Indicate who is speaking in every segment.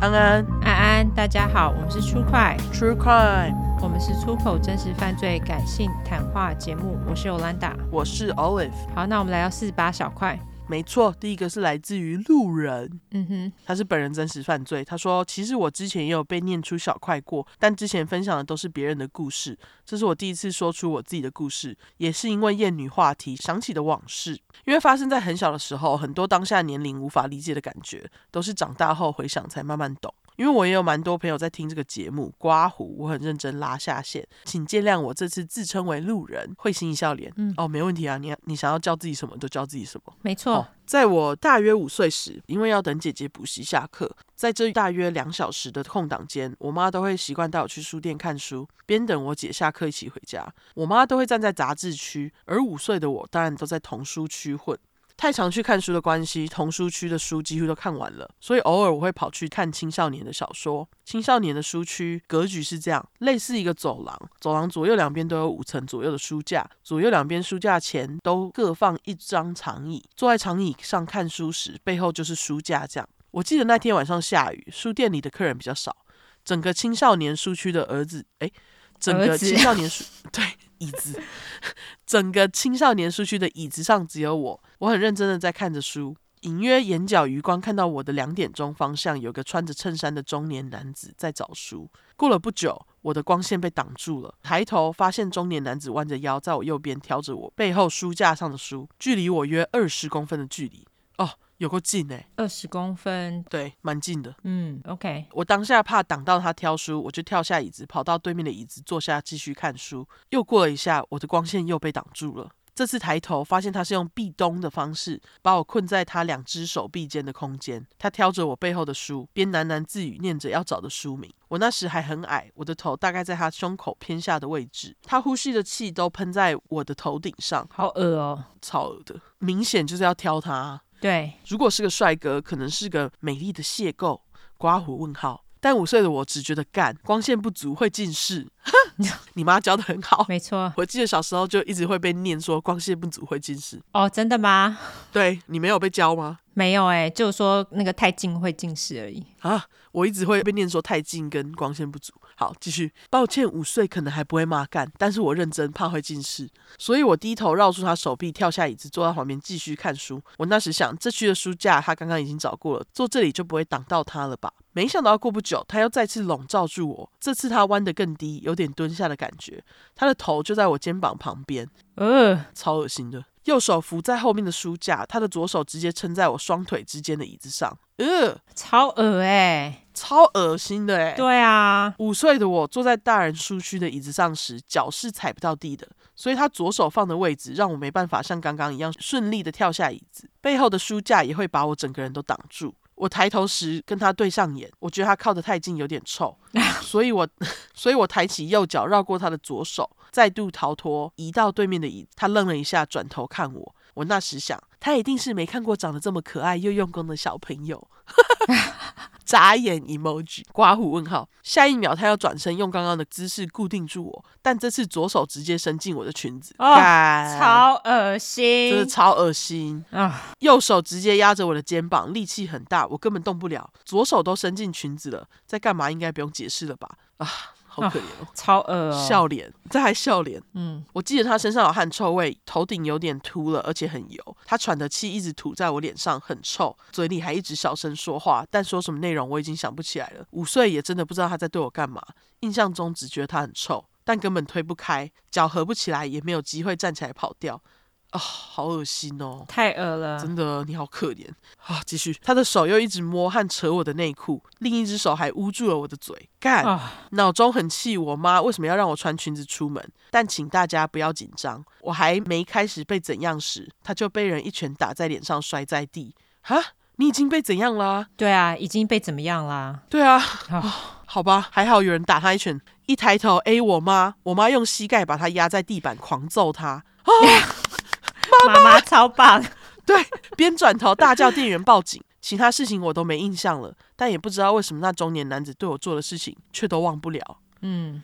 Speaker 1: 安安
Speaker 2: 安安，大家好，我们是出快，
Speaker 1: True Crime，
Speaker 2: 我们是出口真实犯罪感性谈话节目，我是 Olanda。
Speaker 1: 我是 Olive。
Speaker 2: 好，那我们来到四十八小块。
Speaker 1: 没错，第一个是来自于路人，
Speaker 2: 嗯哼，
Speaker 1: 他是本人真实犯罪。他说：“其实我之前也有被念出小块过，但之前分享的都是别人的故事，这是我第一次说出我自己的故事，也是因为厌女话题想起的往事。因为发生在很小的时候，很多当下年龄无法理解的感觉，都是长大后回想才慢慢懂。”因为我也有蛮多朋友在听这个节目，刮胡，我很认真拉下线，请见谅我这次自称为路人，会心一笑脸。
Speaker 2: 嗯
Speaker 1: 哦，没问题啊，你你想要叫自己什么就叫自己什么。
Speaker 2: 没错，
Speaker 1: 哦在我大约五岁时，因为要等姐姐补习下课，在这大约两小时的空档间，我妈都会习惯带我去书店看书，边等我姐下课一起回家。我妈都会站在杂志区，而五岁的我当然都在童书区混。太常去看书的关系，童书区的书几乎都看完了，所以偶尔我会跑去看青少年的小说。青少年的书区格局是这样，类似一个走廊，走廊左右两边都有五层左右的书架，左右两边书架前都各放一张长椅，坐在长椅上看书时，背后就是书架这样。我记得那天晚上下雨，书店里的客人比较少，整个青少年书区的儿子，诶，整
Speaker 2: 儿
Speaker 1: 个
Speaker 2: 子
Speaker 1: 青少年书 对椅子， 整个青少年书区的椅子上只有我，我很认真的在看着书，隐约眼角余光看到我的两点钟方向有个穿着衬衫的中年男子在找书。过了不久，我的光线被挡住了，抬头发现中年男子弯着腰在我右边挑着我背后书架上的书，距离我约二十公分的距离。哦，有够近哎、
Speaker 2: 二十公分，
Speaker 1: 对，蛮近的。
Speaker 2: 嗯，OK，
Speaker 1: 我当下怕挡到他挑书，我就跳下椅子，跑到对面的椅子坐下继续看书。又过了一下，我的光线又被挡住了。这次抬头发现他是用壁咚的方式把我困在他两只手臂间的空间。他挑着我背后的书，边喃喃自语念着要找的书名。我那时还很矮，我的头大概在他胸口偏下的位置。他呼吸的气都喷在我的头顶上，
Speaker 2: 好恶哦、
Speaker 1: 超恶的，明显就是要挑他啊、
Speaker 2: 对，
Speaker 1: 如果是个帅哥，可能是个美丽的邂逅。刮胡问号。但五岁的我只觉得干光线不足会近视， 你妈教的很好。
Speaker 2: 没错，
Speaker 1: 我记得小时候就一直会被念说光线不足会近视。
Speaker 2: 哦，真的吗？
Speaker 1: 对你没有被教吗？
Speaker 2: 没有哎、就说那个太近会近视而已。
Speaker 1: 啊，我一直会被念说太近跟光线不足。好，继续。抱歉，五岁可能还不会骂干，但是我认真怕会近视，所以我低头绕住他手臂，跳下椅子，坐在旁边继续看书。我那时想，这区的书架他刚刚已经找过了，坐这里就不会挡到他了吧？没想到过不久，他又再次笼罩住我。这次他弯得更低，有点蹲下的感觉，他的头就在我肩膀旁边。
Speaker 2: 呃，
Speaker 1: 超恶心的。右手扶在后面的书架，他的左手直接撑在我双腿之间的椅子上，呃，
Speaker 2: 超恶哎、
Speaker 1: 超恶心的哎、
Speaker 2: 对啊，
Speaker 1: 五岁的我坐在大人书区的椅子上时，脚是踩不到地的，所以他左手放的位置让我没办法像刚刚一样顺利的跳下椅子，背后的书架也会把我整个人都挡住。我抬头时跟他对上眼，我觉得他靠得太近，有点 臭，所以我， 所以我抬起右脚绕过他的左手，再度逃脱，移到对面的椅子。他愣了一下，转头看我。我那时想，他一定是没看过长得这么可爱又用功的小朋友。 眨眼 emoji，刮胡问号。下一秒，他要转身用刚刚的姿势固定住我，但这次左手直接伸进我的裙子，
Speaker 2: 哦
Speaker 1: 干，
Speaker 2: 超恶
Speaker 1: 真
Speaker 2: 心
Speaker 1: 的超恶心。
Speaker 2: 啊！
Speaker 1: 右手直接压着我的肩膀，力气很大，我根本动不了。左手都伸进裙子了，在干嘛？应该不用解释了吧？啊，好可怜哦，
Speaker 2: 超恶哦、
Speaker 1: 笑脸，这还笑脸。
Speaker 2: 嗯，
Speaker 1: 我记得他身上有汗臭味，头顶有点秃了，而且很油。他喘的气一直吐在我脸上，很臭，嘴里还一直小声说话，但说什么内容我已经想不起来了。五岁也真的不知道他在对我干嘛，印象中只觉得他很臭，但根本推不开，脚合不起来，也没有机会站起来跑掉。啊、好恶心哦！
Speaker 2: 太恶了，
Speaker 1: 真的，你好可怜啊！继续，他的手又一直摸和扯我的内裤，另一只手还捂住了我的嘴。干，
Speaker 2: 啊、
Speaker 1: 脑中很气我妈为什么要让我穿裙子出门，但请大家不要紧张，我还没开始被怎样时，他就被人一拳打在脸上，摔在地。哈，你已经被怎样啦、
Speaker 2: 对啊，已经被怎么样啦？
Speaker 1: 对啊，
Speaker 2: 啊
Speaker 1: 好吧，还好有人打他一拳。一抬头，A 我妈，我妈用膝盖把他压在地板，狂揍他。啊
Speaker 2: 妈妈超棒，
Speaker 1: 对，边转头大叫店员报警。其他事情我都没印象了，但也不知道为什么那中年男子对我做的事情却都忘不了。
Speaker 2: 嗯，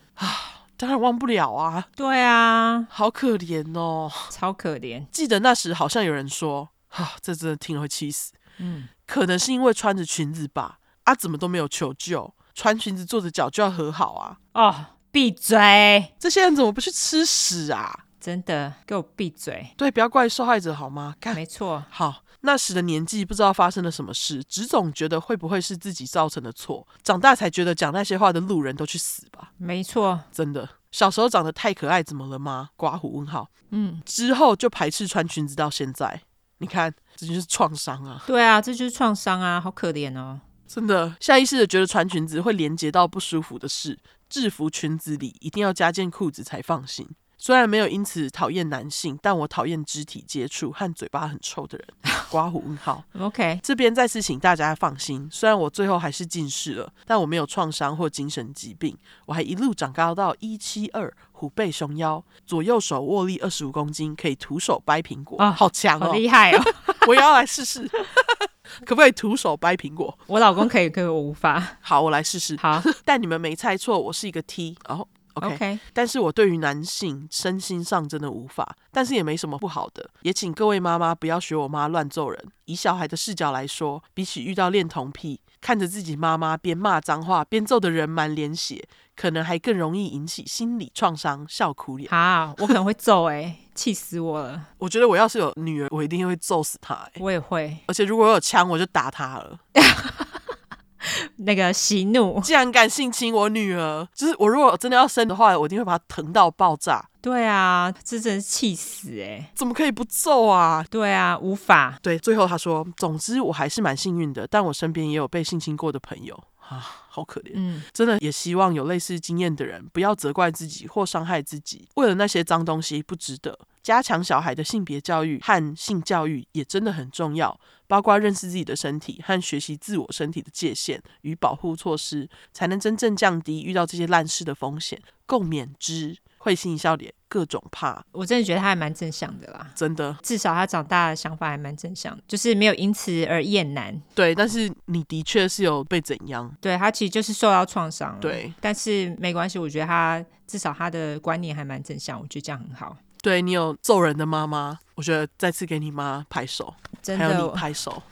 Speaker 1: 当然忘不了啊，
Speaker 2: 对啊，
Speaker 1: 好可怜哦。
Speaker 2: 超可怜，
Speaker 1: 记得那时好像有人说，啊，这真的听了会气死。
Speaker 2: 嗯，
Speaker 1: 可能是因为穿着裙子吧。啊，怎么都没有求救？穿裙子坐着脚就要和好啊！
Speaker 2: 哦，闭嘴！
Speaker 1: 这些人怎么不去吃屎啊？
Speaker 2: 真的，给我闭嘴！
Speaker 1: 对，不要怪受害者好吗？看，
Speaker 2: 没错，
Speaker 1: 好，那时的年纪不知道发生了什么事，只总觉得会不会是自己造成的错。长大才觉得讲那些话的路人都去死吧！
Speaker 2: 没错，
Speaker 1: 真的，小时候长得太可爱，怎么了吗？刮胡问号。
Speaker 2: 嗯，
Speaker 1: 之后就排斥穿裙子到现在，你看，这就是创伤啊！
Speaker 2: 对啊，这就是创伤啊，好可怜哦。
Speaker 1: 真的，下意识的觉得穿裙子会连接到不舒服的事，制服裙子里一定要加件裤子才放心。虽然没有因此讨厌男性，但我讨厌肢体接触和嘴巴很臭的人。刮胡问号。
Speaker 2: OK，
Speaker 1: 这边再次请大家放心，虽然我最后还是近视了，但我没有创伤或精神疾病，我还一路长高到一七二，虎背熊腰，左右手握力二十五公斤，可以徒手掰苹果，
Speaker 2: 啊
Speaker 1: 好强
Speaker 2: 好
Speaker 1: 哦！
Speaker 2: 厉害哦！
Speaker 1: 我也要来试试，可不可以徒手掰苹果？
Speaker 2: 我老公可以，可以，我无法。
Speaker 1: 好，我来试试。
Speaker 2: 好
Speaker 1: 但你们没猜错，我是一个 T 哦。OK，,
Speaker 2: ，OK，
Speaker 1: 但是我对于男性身心上真的无法，但是也没什么不好的。也请各位妈妈不要学我妈乱揍人。以小孩的视角来说，比起遇到恋童癖，看着自己妈妈边骂脏话边揍的人满脸血，可能还更容易引起心理创伤，笑哭脸。
Speaker 2: 好，我可能会揍哎、气死我了！
Speaker 1: 我觉得我要是有女儿，我一定会揍死她、欸。
Speaker 2: 我也会
Speaker 1: 而且如果我有枪，我就打她了。
Speaker 2: 那个喜怒，
Speaker 1: 竟然敢性侵我女儿，就是我如果真的要生的话，我一定会把她疼到爆炸。
Speaker 2: 对啊，这真是气死哎、
Speaker 1: 怎么可以不揍啊？
Speaker 2: 对啊，无法，
Speaker 1: 对，最后他说：“总之我还是蛮幸运的，但我身边也有被性侵过的朋友啊，好可怜。
Speaker 2: 嗯，
Speaker 1: 真的也希望有类似经验的人不要责怪自己或伤害自己，为了那些脏东西不值得。加强小孩的性别教育和性教育也真的很重要，包括认识自己的身体和学习自我身体的界限与保护措施，才能真正降低遇到这些烂事的风险。共勉之，会心一笑脸，各种怕，
Speaker 2: 我真的觉得他还蛮正向的啦。
Speaker 1: 真的
Speaker 2: 至少他长大的想法还蛮正向的，就是没有因此而厌男。
Speaker 1: 对。但是你的确是有被怎样？
Speaker 2: 对他其实就是受到创伤了，
Speaker 1: 对，
Speaker 2: 但是没关系，我觉得他至少他的观念还蛮正向，我觉得这样很好，
Speaker 1: 对你有揍人的妈妈，我觉得再次给你妈拍手，
Speaker 2: 真
Speaker 1: 还有你
Speaker 2: 的，哦
Speaker 1: 拍手。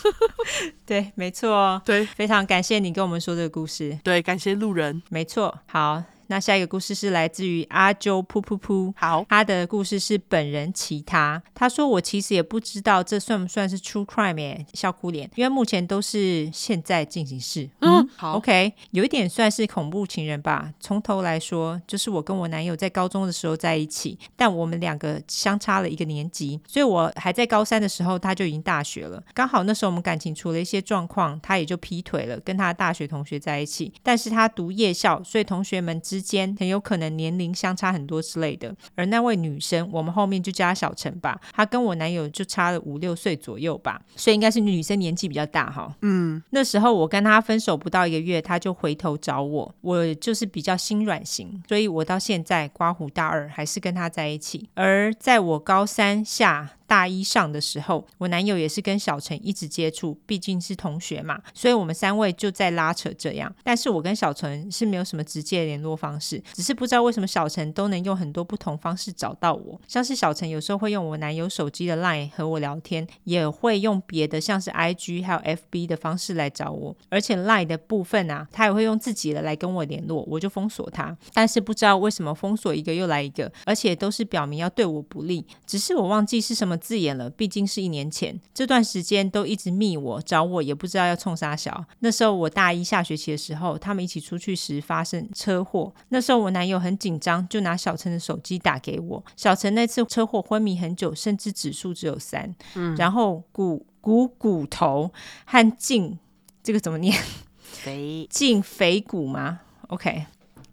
Speaker 2: 对，没错，
Speaker 1: 对
Speaker 2: 非常感谢你跟我们说这个故事，
Speaker 1: 对，感谢路人。
Speaker 2: 没错，好，那下一个故事是来自于阿啾噗噗噗。
Speaker 1: 好，
Speaker 2: 他的故事是本人其他。他说：“我其实也不知道这算不算是 true crime 耶，笑哭脸，因为目前都是现在进行式。
Speaker 1: 嗯，好，
Speaker 2: OK，有一点算是恐怖情人吧。从头来说，就是我跟我男友在高中的时候在一起，但我们两个相差了一个年级，所以我还在高三的时候，他就已经大学了。刚好那时候我们感情出了一些状况，他也就劈腿了，跟他大学同学在一起。但是他读夜校，所以同学们之间很有可能年龄相差很多之类的。而那位女生，我们后面就叫她小陈吧，她跟我男友就差了五六岁左右吧，所以应该是女生年纪比较大哈。
Speaker 1: 嗯，
Speaker 2: 那时候我跟他分手不到一个月，他就回头找我，我就是比较心软型，所以我到现在刮胡大二还是跟他在一起。而在我高三下。大一上的时候，我男友也是跟小陈一直接触，毕竟是同学嘛，所以我们三位就在拉扯这样。但是我跟小陈是没有什么直接的联络方式，只是不知道为什么小陈都能用很多不同方式找到我，像是小陈有时候会用我男友手机的 LINE 和我聊天，也会用别的像是 IG 还有 FB 的方式来找我，而且 LINE 的部分啊，他也会用自己的来跟我联络，我就封锁他。但是不知道为什么封锁一个又来一个，而且都是表明要对我不利，只是我忘记是什么字眼了，毕竟是一年前。这段时间都一直密我找我，也不知道要冲啥小。那时候我大一下学期的时候，他们一起出去时发生车祸，那时候我男友很紧张，就拿小陈的手机打给我。小陈那次车祸昏迷很久，甚至指数只有三，然后骨股骨头和胫，这个怎么念？
Speaker 1: 肥，
Speaker 2: 胫腓骨吗？OK，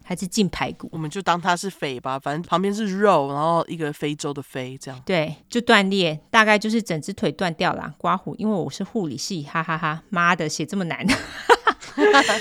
Speaker 2: 还是胫排骨？
Speaker 1: 我们就当它是肥吧，反正旁边是肉，然后一个非洲的非这样。
Speaker 2: 对，就断裂，大概就是整只腿断掉啦。刮胡，因为我是护理系，哈哈哈妈的，写这么难。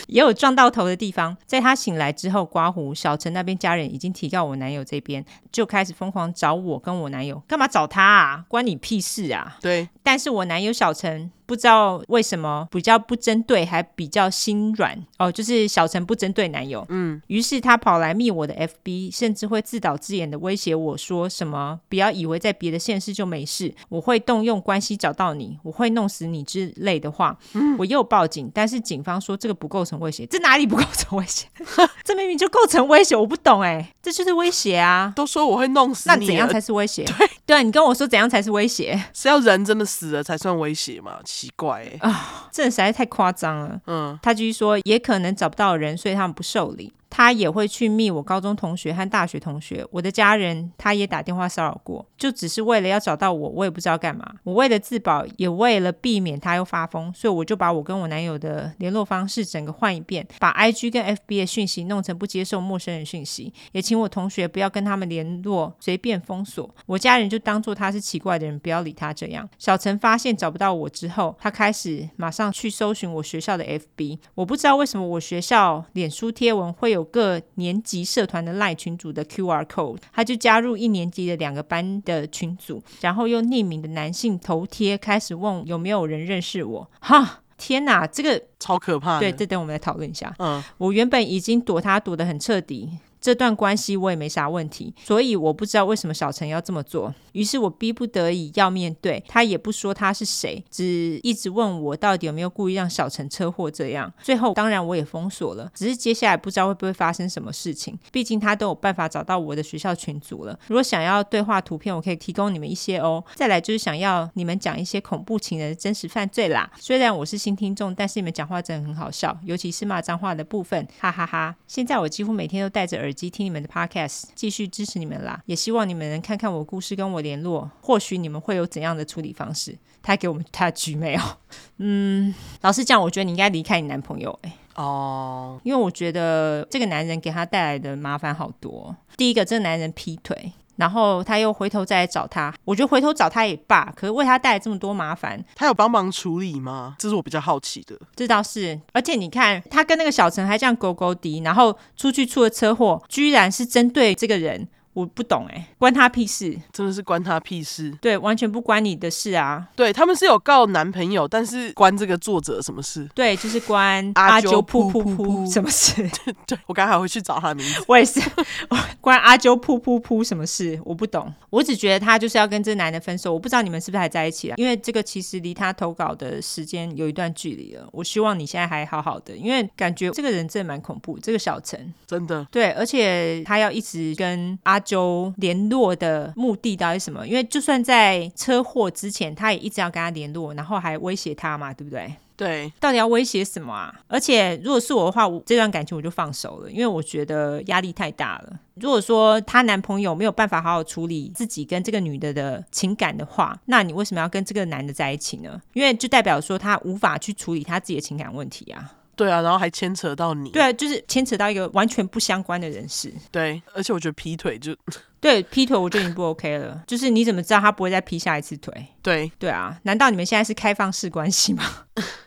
Speaker 2: 也有撞到头的地方，在他醒来之后，刮胡小陈那边家人已经提告我男友这边，就开始疯狂找我跟我男友，干嘛找他啊？关你屁事啊！
Speaker 1: 对，
Speaker 2: 但是我男友小陈不知道为什么比较不针对，还比较心软哦，就是小陈不针对男友，嗯，于是他跑来密我的 FB，甚至会自导自演的威胁我说什么不要以为在别的县市就没事，我会动用关系找到你，我会弄死你之类的话，
Speaker 1: 嗯
Speaker 2: 我又报警，但是警方说这个不构成威胁，这哪里不构成威胁？ 这明明就构成威胁，我不懂哎、这就是威胁啊。
Speaker 1: 都说我会弄死
Speaker 2: 那
Speaker 1: 你
Speaker 2: 怎样
Speaker 1: 了
Speaker 2: 才是威胁？对，啊你跟我说怎样才是威胁？
Speaker 1: 是要人真的死了才算威胁吗？奇怪、欸，
Speaker 2: 啊这实在太夸张了。
Speaker 1: 嗯，
Speaker 2: 他继续说，也可能找不到人，所以他们不受理。他也会去密我高中同学和大学同学，我的家人他也打电话骚扰过，就只是为了要找到我，我也不知道干嘛。我为了自保，也为了避免他又发疯，所以我就把我跟我男友的联络方式整个换一遍，把 IG 跟 FB 的讯息弄成不接受陌生人讯息，也请我同学不要跟他们联络，随便封锁。我家人就当做他是奇怪的人，不要理他这样。小陈发现找不到我之后，他开始马上去搜寻我学校的 FB。我不知道为什么我学校脸书贴文会有各年级社团的赖群组的 QR code，他就加入一年级的两个班的群组，然后用匿名的男性头贴开始问有没有人认识我。哈，天哪，这个
Speaker 1: 超可怕的。
Speaker 2: 对，这等我们来讨论一下。
Speaker 1: 嗯，
Speaker 2: 我原本已经躲他躲得很彻底，这段关系我也没啥问题，所以我不知道为什么小陈要这么做。于是我逼不得已要面对，他也不说他是谁，只一直问我到底有没有故意让小陈车祸这样。最后当然我也封锁了，只是接下来不知道会不会发生什么事情，毕竟他都有办法找到我的学校群组了。如果想要对话图片，我可以提供你们一些哦。再来就是想要你们讲一些恐怖情人的真实犯罪啦。虽然我是新听众，但是你们讲话真的很好笑，尤其是骂脏话的部分，哈哈哈现在我几乎每天都戴着耳机听你们的 podcast，继续支持你们啦。也希望你们能看看我的故事，跟我联络，或许你们会有怎样的处理方式。他给我们他的 Gmail，嗯，老实讲，我觉得你应该离开你男朋友、欸，
Speaker 1: 哦，
Speaker 2: 因为我觉得这个男人给他带来的麻烦好多。第一个，这个男人劈腿，然后他又回头再来找他，我觉得回头找他也罢，可是为他带来这么多麻烦，
Speaker 1: 他有帮忙处理吗？这是我比较好奇的。
Speaker 2: 这倒是。而且你看，他跟那个小陈还这样勾勾滴，然后出去出了车祸，居然是针对这个人，我不懂哎、关他屁事？
Speaker 1: 真的是关他屁事。
Speaker 2: 对，完全不关你的事啊。
Speaker 1: 对他们是有告男朋友，但是关这个作者什么事？
Speaker 2: 对，就是关
Speaker 1: 阿
Speaker 2: 阿
Speaker 1: 啾
Speaker 2: 啾噗
Speaker 1: 噗噗
Speaker 2: 噗噗
Speaker 1: 噗
Speaker 2: 什么事？
Speaker 1: 对我刚才还会去找他的名字。
Speaker 2: 我也是，我关阿啾噗噗噗什么事？我不懂，我只觉得他就是要跟这男的分手。我不知道你们是不是还在一起啊？因为这个其实离他投稿的时间有一段距离了。我希望你现在还好好的，因为感觉这个人真的蛮恐怖，这个小陈。
Speaker 1: 真的，
Speaker 2: 对，而且他要一直跟阿周联络的目的到底是什么？因为就算在车祸之前，他也一直要跟他联络，然后还威胁他嘛，对不对？
Speaker 1: 对
Speaker 2: 到底要威胁什么啊？而且如果是我的话，我这段感情我就放手了，因为我觉得压力太大了。如果说她男朋友没有办法好好处理自己跟这个女的的情感的话，那你为什么要跟这个男的在一起呢？因为就代表说他无法去处理他自己的情感问题啊。
Speaker 1: 对啊，然后还牵扯到你。
Speaker 2: 对啊，就是牵扯到一个完全不相关的人士。
Speaker 1: 对而且我觉得劈腿就
Speaker 2: 对，劈腿我就已经不 OK 了。就是你怎么知道他不会再劈下一次腿？
Speaker 1: 对
Speaker 2: 对啊，难道你们现在是开放式关系吗？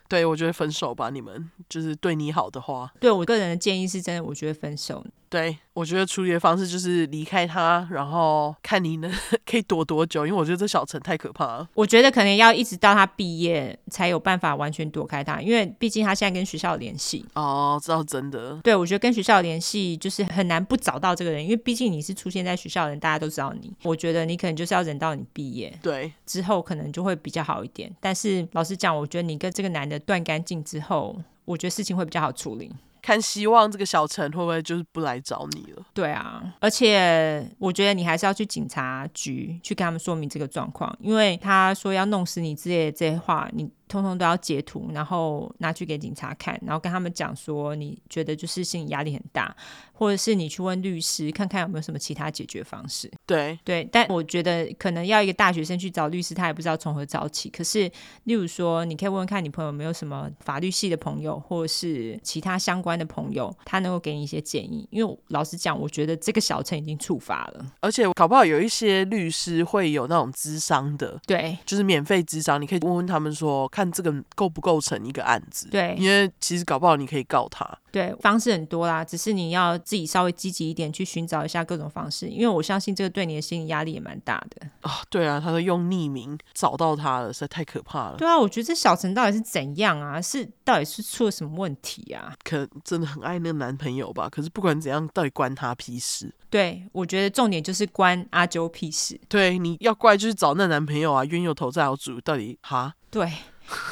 Speaker 1: 对，我觉得分手吧，你们就是对你好的话，
Speaker 2: 对我个人的建议是，真的，我觉得分手。
Speaker 1: 对我觉得处理的方式就是离开他，然后看你能 可以躲多久，因为我觉得这小陈太可怕了。
Speaker 2: 我觉得可能要一直到他毕业才有办法完全躲开他，因为毕竟他现在跟学校有联系。
Speaker 1: 哦，知道真的，
Speaker 2: 对，我觉得跟学校有联系就是很难不找到这个人，因为毕竟你是出现在学校的人，大家都知道你。我觉得你可能就是要忍到你毕业
Speaker 1: 对
Speaker 2: 之后，可能就会比较好一点。但是老实讲，我觉得你跟这个男的断干净之后，我觉得事情会比较好处理。
Speaker 1: 看希望这个小陈会不会就是不来找你了。
Speaker 2: 对啊，而且我觉得你还是要去警察局去跟他们说明这个状况，因为他说要弄死你之类的这些话，你通通都要截图，然后拿去给警察看，然后跟他们讲说你觉得就是心理压力很大，或者是你去问律师看看有没有什么其他解决方式。
Speaker 1: 对
Speaker 2: 对，但我觉得可能要一个大学生去找律师，他也不知道从何找起。可是，例如说，你可以问问看你朋友有没有什么法律系的朋友，或者是其他相关的朋友，他能够给你一些建议。因为老实讲，我觉得这个小陈已经触发了。
Speaker 1: 而且搞不好有一些律师会有那种咨商的，
Speaker 2: 对，
Speaker 1: 就是免费咨商，你可以问问他们说，看这个构不构成一个案子。
Speaker 2: 对
Speaker 1: 因为其实搞不好你可以告他。
Speaker 2: 对，方式很多啦，只是你要自己稍微积极一点去寻找一下各种方式，因为我相信这个对你的心理压力也蛮大的。
Speaker 1: 啊，对啊，他说用匿名找到他了，实在太可怕了。
Speaker 2: 对啊，我觉得这小陈到底是怎样啊？是到底是出了什么问题啊？
Speaker 1: 可能真的很爱那个男朋友吧，可是不管怎样，到底关他屁事？
Speaker 2: 对，我觉得重点就是关阿啾屁事。
Speaker 1: 对，你要怪就是找那男朋友啊，冤有头债有主，到底哈？
Speaker 2: 对，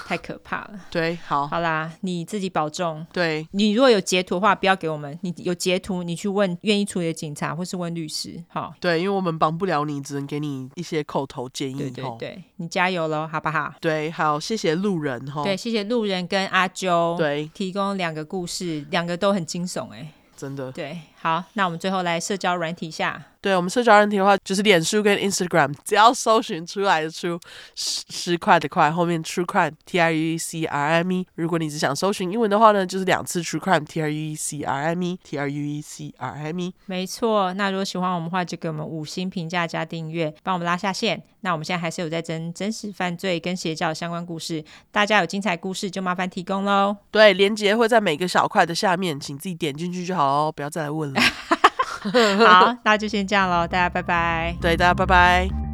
Speaker 2: 太可怕了。
Speaker 1: 对，好，
Speaker 2: 好啦，你自己保重。
Speaker 1: 对，
Speaker 2: 你如果有截图的话，不要给我们。你有截图，你去问愿意处理的警察，或是问律师。好，
Speaker 1: 对，因为我们帮不了你，只能给你一些口头建议
Speaker 2: 对
Speaker 1: 吼。
Speaker 2: 对对，你加油喽，好不好？
Speaker 1: 对好，谢谢路人吼。
Speaker 2: 对，谢谢路人跟阿啾。。
Speaker 1: 对，
Speaker 2: 提供两个故事，两个都很惊悚哎、
Speaker 1: 真的，
Speaker 2: 对，好，那我们最后来社交软体下，
Speaker 1: 对我们社交问题的话，就是脸书跟 Instagram，只要搜寻出来的出十十块的块，后面 True Crime T R U E C R M E。如果你只想搜寻英文的话呢，就是两次 True Crime T R U E C R M E T R U E C R M E。
Speaker 2: 没错。那如果喜欢我们的话，就给我们五星评价加订阅，帮我们拉下线。那我们现在还是有在征真实犯罪跟邪教相关故事，大家有精彩故事就麻烦提供喽。
Speaker 1: 对，连接会在每个小块的下面，请自己点进去就好哦，不要再来问了。
Speaker 2: 好，那就先这样喽，大家拜拜。
Speaker 1: 对，大家拜拜。